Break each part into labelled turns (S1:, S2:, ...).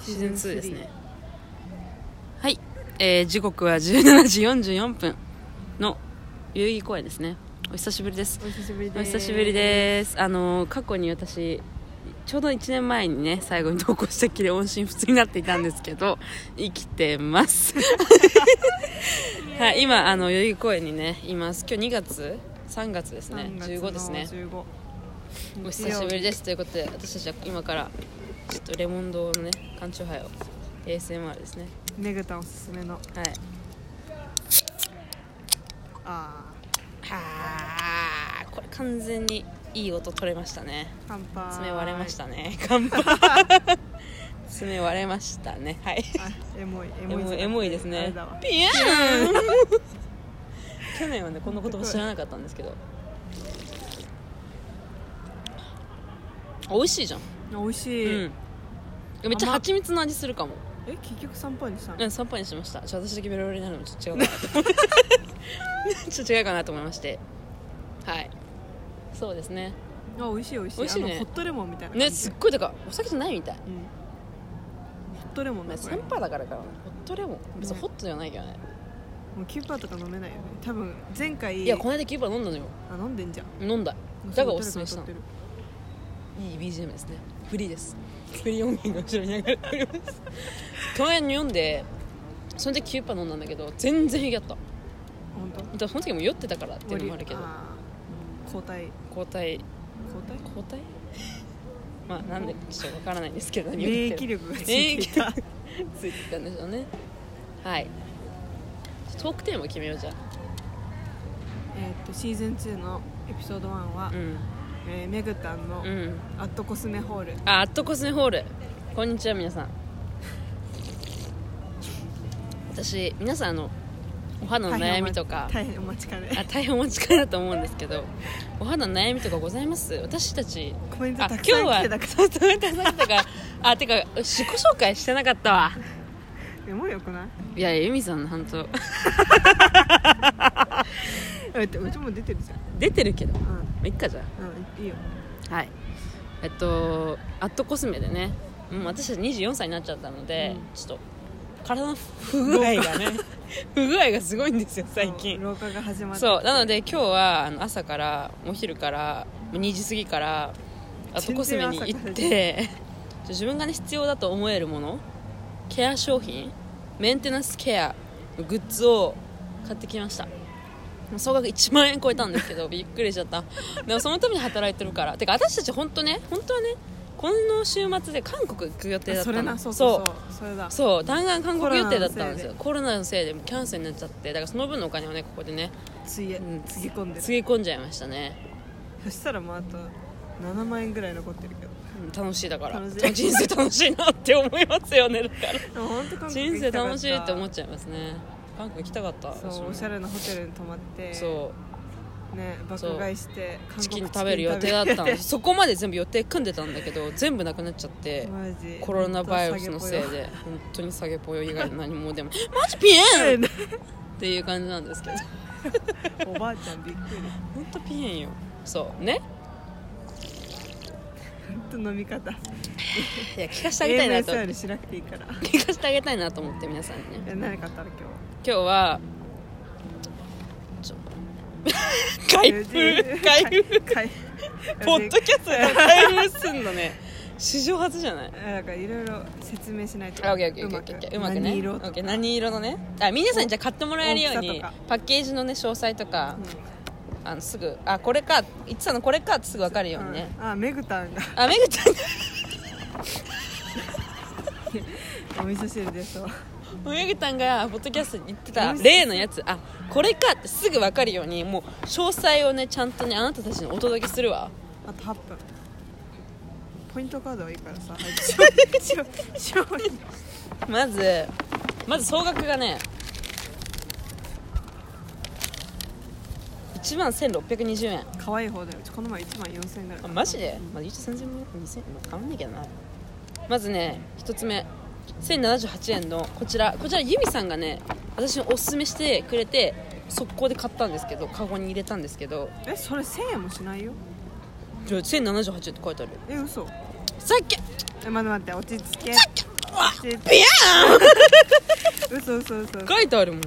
S1: シーズン2ですねはい、えー時刻は17時44分の代々木公園ですねお久しぶりです
S2: お久しぶり
S1: お
S2: です
S1: 久しぶりですあの過去に私ちょうど1年前にね最後に投稿したっきり音信不通になっていたんですけ ど生きてますはい今あの代々木公園にねいます今日2月3月ですね
S2: 3月の
S1: 15ですね
S2: 15
S1: お久しぶりですということで私たちは今からちょっとレモン堂のね缶チューハイを ASMR ですね
S2: ねぐたおすすめの
S1: はい
S2: あ
S1: あーこれ完全にいい音取れましたね
S2: ー乾杯
S1: 爪割れましたね乾杯 爪割れましたねはい
S2: あエモいエ
S1: エ
S2: モい
S1: モいエモいです
S2: あれ
S1: ね
S2: だわ
S1: ピヤーン去年はねこの言葉知らなかったんですけどあ美味しいじゃん、
S2: 美味し
S1: う
S2: い、
S1: ん、めっちゃ蜂蜜の味するかも
S2: え結局3本にしたの、
S1: うん、3杯にしましたちょっと私だけベロベロになるのちょっと違うかなと ちょっと違うかなと思いましてはいそうですね
S2: あ美味しい美味しい
S1: 美味しいね
S2: あのホットレモンみたいな感じ
S1: ねすっごいだからお酒じゃないみたい
S2: うんホットレモンだこれ
S1: 3
S2: も
S1: 杯だからかなホットレモン別に
S2: ね
S1: ホットじゃないけどね
S2: うキューパーとか飲めないよね多分前回
S1: いやこの間キューバ飲んだのよ
S2: あ飲んでんじゃん
S1: 飲んだ
S2: もう
S1: だからお
S2: 誰
S1: すす
S2: か
S1: め
S2: が
S1: し
S2: 撮
S1: た
S2: っ
S1: の
S2: てる
S1: いい BGM ですねフリーですフリー音源が後ろに流れております去年に読んでその時キューパ飲んだんだけど全然平気だっ
S2: 本当
S1: ただからその時も酔ってたからっていうのもあるけど
S2: あー交代
S1: 交代
S2: 交代
S1: 交代 まあなんでちょっとわからないんですけど何 を
S2: 免
S1: 言って
S2: 疫
S1: る
S2: 力がついていた
S1: ついてたんでしょうねはいトークテーマ決めようじゃあ
S2: えーっとシーズン2のエピソード1は、
S1: うん
S2: えーメグタンの
S1: うん
S2: アットコスメホール
S1: あアットコスメホールこんにちは皆さん私皆さんあのお肌の悩みとか
S2: 大変お待ちかね
S1: あ大変お待ちかねだと思うんですけどお肌の悩みとかございます私たち
S2: コメント
S1: あ
S2: た
S1: 今
S2: く
S1: 日
S2: さん
S1: は
S2: 来てたか
S1: そうそうそうそうだからあてか自己紹介してなかったわ
S2: らエモいよくない
S1: いや由美さんの本当
S2: えっとうちも出てるじゃん
S1: 出てるけどま
S2: うん
S1: あいっかじゃ
S2: うんいいよ
S1: あはいえっとアットコスメでねもう私たち24歳になっちゃったので、
S2: うん
S1: ちょっと体の不具合がね不具合がすごいんですよ最近
S2: 老化が始まって
S1: そうなので今日はあの朝からお昼からもう2時過ぎからアットコスメに行っ
S2: 全然
S1: てちょ自分がね必要だと思えるものケア商品メンテナンスケアのグッズを買ってきました総額1万円超えたんです けどびっくりしちゃったでもそのために働いてるからてか私たち本当ね本当はねこの週末で韓国行く予定だった
S2: そ
S1: の
S2: れなそうそう
S1: そ
S2: そうそれだ
S1: そう弾丸韓国予定だったんですよコロナのせいでもうキャンセルになっちゃってだからその分のお金をねここでね
S2: ついえ
S1: うん
S2: つぎ込んでる
S1: つぎ込んじゃいましたね
S2: そしたらもうあと7万円ぐらい残ってるけど
S1: うん楽しいだから
S2: 楽しい
S1: 人生楽しいなって思いますよねだか
S2: で
S1: ら
S2: も本当韓国
S1: 人
S2: 行き
S1: 生
S2: たかった
S1: 楽しいって思っちゃいますね韓国行きたかった
S2: そうおしゃれなホテルに泊まって
S1: そ
S2: ね爆
S1: そう
S2: 買いして韓
S1: う
S2: 国
S1: チキン食べる予定だったの
S2: チキン食
S1: そこまで全部予定組んでたんだけど全部なくなっちゃって
S2: べ マジ
S1: コロナバイルスのせい
S2: 本
S1: で本当に下げぽよ以外何もでもマジピエンっ
S2: 当下げっ
S1: ていう感じなんですけど
S2: ぽよ おばあちゃんびっくり
S1: 本当ピエンよそうね
S2: 本当飲み方
S1: いや聞かせてあげたいなと
S2: AMSR しなくていいから
S1: 聞かせてあげたいなと思って皆さんにね
S2: え何買ったの今日
S1: 今日はちょ 開封開封
S2: 開
S1: ポッドキャストで開封すんのね史上初じゃない
S2: なんかいろいろ説明しないと
S1: あオッケーオッケーオッケーオッケーうまくね
S2: 何色
S1: オ
S2: と
S1: ッ
S2: か
S1: ケー何色のねあ皆さんにじゃあ買ってもらえるよう
S2: 大きさ
S1: に
S2: とか
S1: パッケージのね詳細とか
S2: うん
S1: あのすぐあこれか言ってたのこれかってすぐ分かるようにね
S2: うんあメグタンが
S1: あめぐちゃん
S2: お味噌汁ですわ
S1: おやぐたんがポッドキャストに言ってた
S2: うん
S1: 例のやつあこれかってすぐ分かるようにもう詳細をねちゃんとねあなたたちにお届けするわ
S2: あと8分ポイントカードはいいからさはいしょしょしょ
S1: まずまず総額がね1万1620円
S2: 可愛い方だようちこの前1万4000円ぐらい
S1: あマジで、まあ、一応3000円も2000円まあ変わんないけどなまずね1つ目1078円のこちらこちらユミさんがね私におすすめしてくれて速攻で買ったんですけどカゴに入れたんですけど
S2: えそれ1000円もしないよ
S1: じゃあ1078円って書いてある
S2: え嘘
S1: さっき
S2: え待って待って落ち着け
S1: さっき
S2: してて
S1: ビャーン
S2: 嘘嘘嘘嘘
S1: 書いてあるもん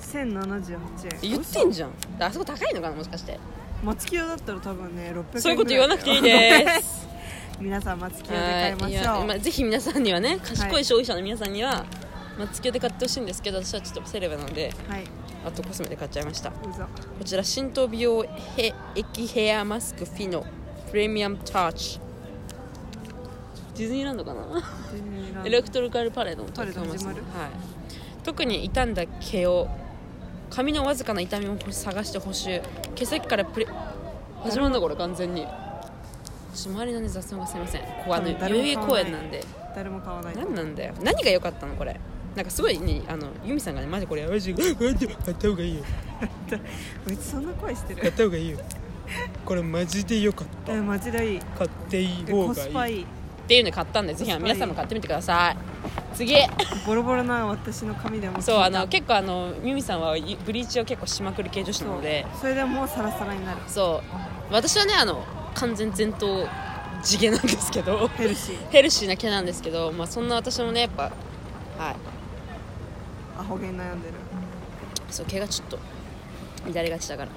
S2: 1078円
S1: 言ってんじゃんあそこ高いのかなもしかして
S2: 松木屋だったら多分ね600円
S1: そういうこと言わなくていい
S2: す
S1: です
S2: 皆さん松木屋で買いま
S1: はいい
S2: しょう
S1: やまあぜひ皆さんにはね賢い消費者の皆さんにはマツケで買ってほしいんですけど私はちょっとセレブなので
S2: はい
S1: あとコスメで買っちゃいましたこ
S2: うざ
S1: ちら浸透美容へ液ヘアマスクフィノプレミアムタッチディズニーランドかな
S2: ディズニーランド
S1: エレクトリカルパレードの東
S2: パ
S1: 京
S2: レード始ま
S1: は
S2: る
S1: い、特に傷んだ毛を髪のわずかな痛みを探して補修毛先からプレ始まるんだこれ完全にちょっと周りの、ね、雑音がすいませんここあの
S2: 多分誰も
S1: 代々木公園なんで
S2: 誰も買わない
S1: 何なんだよ何が良かったのこれなんかすごいねあのユミさんがねマジこれマジ買った方がいいよ
S2: うちそんな声して
S3: 買っ
S2: る
S3: た方がいいよこれマジでよかっ
S2: えマジでいい
S3: た買っていい
S2: で
S3: 方
S2: コ
S3: が
S2: ス
S3: いい
S2: パいい
S1: っていうの買ったんでぜひ皆さんも買ってみてください次
S2: ボロボロな私の髪でも
S1: そうあの
S2: 結
S1: 結構あのユミさんはブリーチを結構しまくる系女子なので
S2: それでもうサラサラになる
S1: そう私はねあの完全前頭地毛なんですけど
S2: ヘルシー
S1: ヘルシーな毛なんですけど、まあ、そんな私もねやっぱはい
S2: アホ毛に悩んでる
S1: そう毛がちょっと乱れがちだから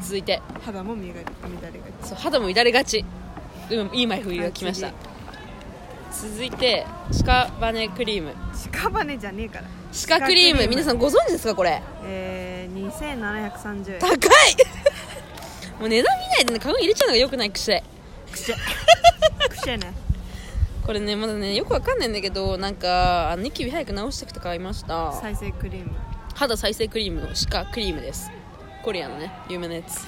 S1: 続いて
S2: 肌も磨いて乱れが
S1: そう肌も乱れがちうんいいマイフが来ました、
S2: はい
S1: 続いて屍クリーム
S2: ち屍じゃねえから
S1: 鹿クリーム皆さ
S2: ん
S1: んご存知ですかこれ
S2: えー、2730円
S1: 高い もう値段見ないでねカゴに入れちゃうのがよくない癖
S2: くしゃね
S1: これねまだねよくわかんないんだけどなんかあのニキビ早く直したくて買いました
S2: 再生クリーム
S1: 肌再生クリームのシカクリームですコリアのね有名なやつ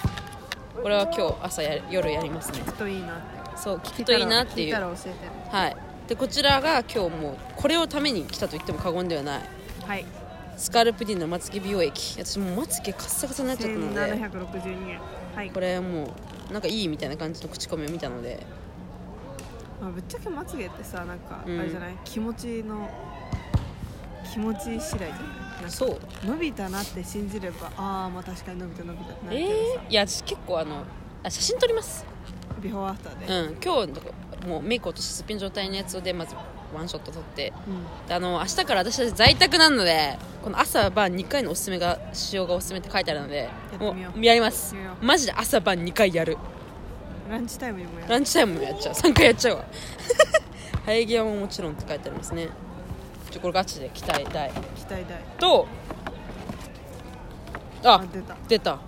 S1: これは今日朝や夜やりますね
S2: ちょっといいなって
S1: そう聞くといいなってい
S2: 聞いうたら教えて
S1: はいでこちらが今日もうこれをために来たと言っても過言ではない
S2: はい
S1: スカルプ D のまつげ美容液私もうまつげカッサカサになっちゃったので
S2: 1762円はい
S1: これもうなんかいいみたいな感じの口コミを見たので
S2: まあ、ぶっちゃけまつげってさなんかあ
S1: うん
S2: れじゃない、気持ちの気持ち次第じゃないなんか
S1: そう
S2: 伸びたなって信じればああまあ確かに伸びた伸びたってなる
S1: え
S2: けどさ、
S1: ー、いや私結構あのあ写真撮ります
S2: ビフォーアフター
S1: う
S2: で、
S1: ん今日のとこもうメイク落としてすっぴん状態のやつでまずワンショット撮って
S2: うん
S1: であの明日から私たち在宅なのでこの朝晩2回のおすすめが使用がおすすめって書いてあるので
S2: って
S1: も
S2: みよう
S1: うやります
S2: やってみよ
S1: マジで朝晩2回やる
S2: ランチタイムにもやる
S1: ランチタイムもやっちゃう3回やっちゃうわ 生え際ももちろんって書いてありますねちょこれガチで期待大
S2: 期待大
S1: と
S2: あ
S1: あ
S2: 出た
S1: 出た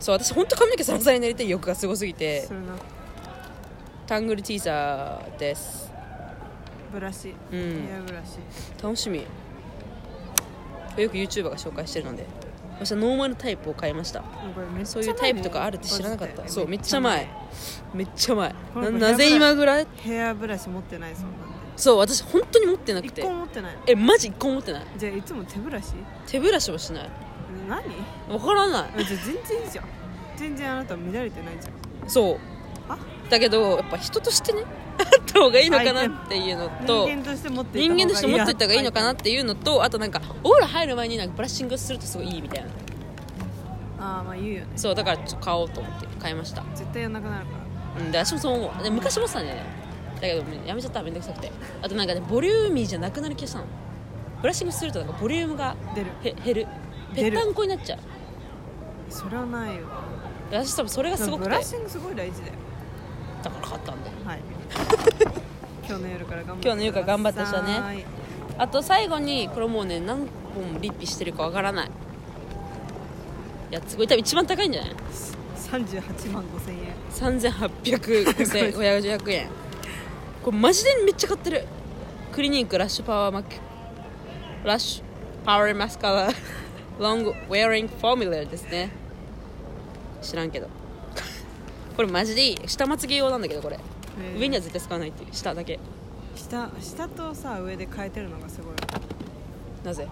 S1: そう私本当髪の毛サラサラになりたい欲がすごすぎて
S2: それな
S1: タングルティーザーです
S2: ブラシ、
S1: うん
S2: エアブラシ
S1: 楽しみよく YouTuber が紹介してるので私はノーマルタイプを買いました
S2: もうこれめっちゃ前ね
S1: そういうタイプとかあるって知らなかった
S2: マジで
S1: そうめっちゃ前めっちゃ前
S2: こ
S1: な
S2: れ
S1: なぜ今ぐらい
S2: ヘアブラシ持ってないそんなん
S1: そう私本当に持ってな
S2: で
S1: く
S2: 一
S1: て
S2: 個も持ってないの
S1: えマジ1個も持ってない
S2: じゃあいつも手ブラシ
S1: 手ブラシもしない
S2: 何
S1: わからない
S2: じゃあ全然いいじゃん全然あなた乱れてないじゃん
S1: そう
S2: あ
S1: だけどやっぱ人としてねあった方がいいのかなっていうのと
S2: 人間として持ってい
S1: 人間として持っといた方がいいのかなっ
S2: って
S1: いうのとあとなんかオーラ入る前になんかブラッシングするとすごいいいみたいな
S2: ああまあ言うよね
S1: そうだからちょっと買おうと思って買いました
S2: 絶対やんなくなるから
S1: うん、で私もそう思うで昔もさねだけどやめちゃっためんどくさくてあとなんかねボリューミーじゃなくなる気がしたのブラッシングするとなんかボリュームが
S2: 出る
S1: へ減るぺ
S2: 出
S1: っ
S2: る
S1: たんこになっちゃう
S2: それはないよ
S1: で私多分それがすごく
S2: ブ
S1: て
S2: ラッシングすごい大事だよ
S1: だから買ったんだよ
S2: はい 今日の夜から頑張って
S1: 今日の夜から頑張ってしたね
S2: ください
S1: あと最後にこれもうね何本もリッピしてるかわからないいやすごい多分一番高いんじゃない
S2: 38万5000円
S1: 3800円これマジでめっちゃ買ってるクリニックラッシュパワーマックラッシュパワーマスカラロングウェアリングフォーミュラーですね知らんけどこれマジでいい下まつげ用なんだけどこれ
S2: えー
S1: 上には絶対使わないっていう下だけ
S2: 下下とさ上で変えてるのがすごい
S1: なぜ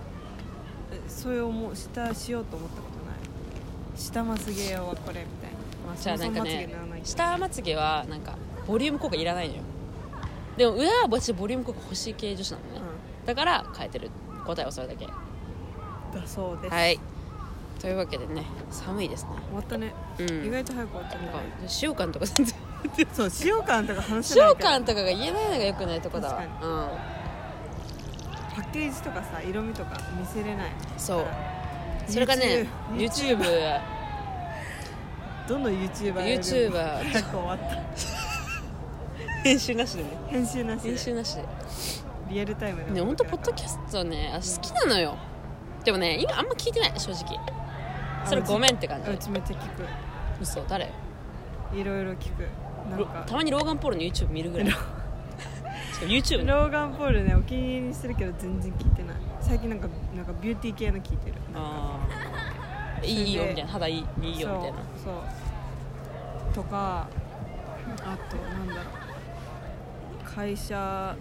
S2: えそういう思う下しようと思ったことない下まつげはこれみたいなまあ
S1: じゃあなんか
S2: そもそもまつげ
S1: ね
S2: にならないけど
S1: 下まつげはなんかボリューム効果いらないのよでも上は私ボリューム効果欲しい系女子なのね、だから変えてる答えはそれだけ
S2: うんだそうです、
S1: はいというわけでね寒いですね
S2: 終わったね、
S1: うん
S2: 意外と早く終わったね
S1: なんか週間とか全然
S2: そう使用感とか話せな
S1: 使
S2: い
S1: 用
S2: から
S1: 感とかが言えないのがよくないとこだ
S2: 確
S1: わ
S2: パッケージとかさ色味とか見せれない
S1: うんそう
S2: う
S1: それがね
S2: YouTube
S1: YouTube
S2: どの YouTuber よりも
S1: YouTuber
S2: 早く終わった
S1: 編集なしでね
S2: 編集なし
S1: 編集
S2: で
S1: なしで
S2: リアルタイムで
S1: ね本当ポッド
S2: ャ
S1: キャストねあ好きなのよでもね今あんま聞いてない正直
S2: あ
S1: それごめんって感
S2: う
S1: じ
S2: ちめっちゃ聞く
S1: 嘘誰
S2: いろいろ聞くなん
S1: ロ
S2: か
S1: たまにローガン・ポールの YouTube 見るぐらいしか も YouTube ね
S2: ローガン・ポールねお気に入りにしてるけど全然聞いてない最近なんかなんかビューティー系の聞いてる
S1: あーいいよみたいな肌いいいいよみたいな
S2: そうそうとかあとなんだろう会社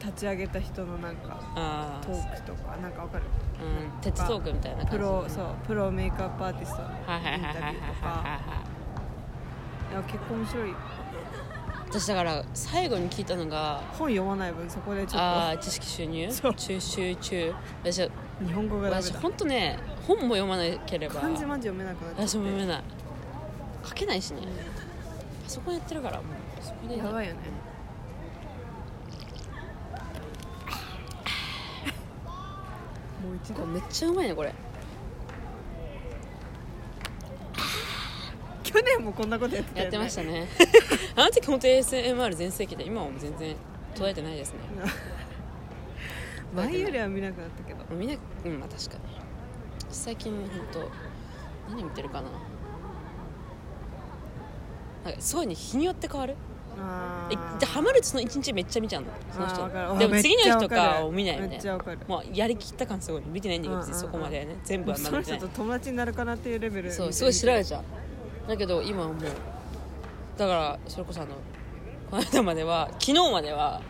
S2: 立ち上げた人のなんか
S1: あ
S2: ト
S1: ー
S2: ークとかなんかわかる
S1: うん鉄トークみたいな感じ
S2: プロ
S1: はい
S2: そうプロメイクアップアーティストのイン
S1: はいはいはい
S2: タ
S1: はいは
S2: ビ
S1: い
S2: ューと
S1: は
S2: か
S1: い
S2: いや結構面白い
S1: 私だから最後に聞いたのが
S2: 本読まない分そこでちょ
S1: あ
S2: っ
S1: ー知識収 入
S2: そう
S1: 中集中私
S2: と日本語がダメ
S1: 私
S2: だ
S1: 本当ね本も読まなければ
S2: 漢字マジ読めなくなっちゃって
S1: 私も読めない書けないしねパソコンやってるからもうパソコンで
S2: やば
S1: い
S2: いよねもう一
S1: こ
S2: 度
S1: れめっちゃうまいねこれ
S2: 去年もこんなことやってたよ、ね、
S1: やってましたね あの時本当 ASMR 全盛期で今はもう全然途絶えてないですね
S2: 前よりは見なくなったけど
S1: もうみんなうんまあ確かに最近本当何見てるかななんかすごいね日によって変わる
S2: あ
S1: えでハマるとその1日めっちゃ見ちゃうのその人
S2: 人
S1: でも次の日とかを見ないよ
S2: め
S1: ね
S2: っちゃわかる
S1: もうやりきった感すごい見てないんだけど別にそこまでね全部はま
S2: そ
S1: だ
S2: の
S1: 見てな
S2: 人
S1: い
S2: と友達になるかなっていうレベル
S1: そうすごい調べ
S2: ち
S1: ちゃうだけど今はもうだからそれこそあのこの間までは昨日までは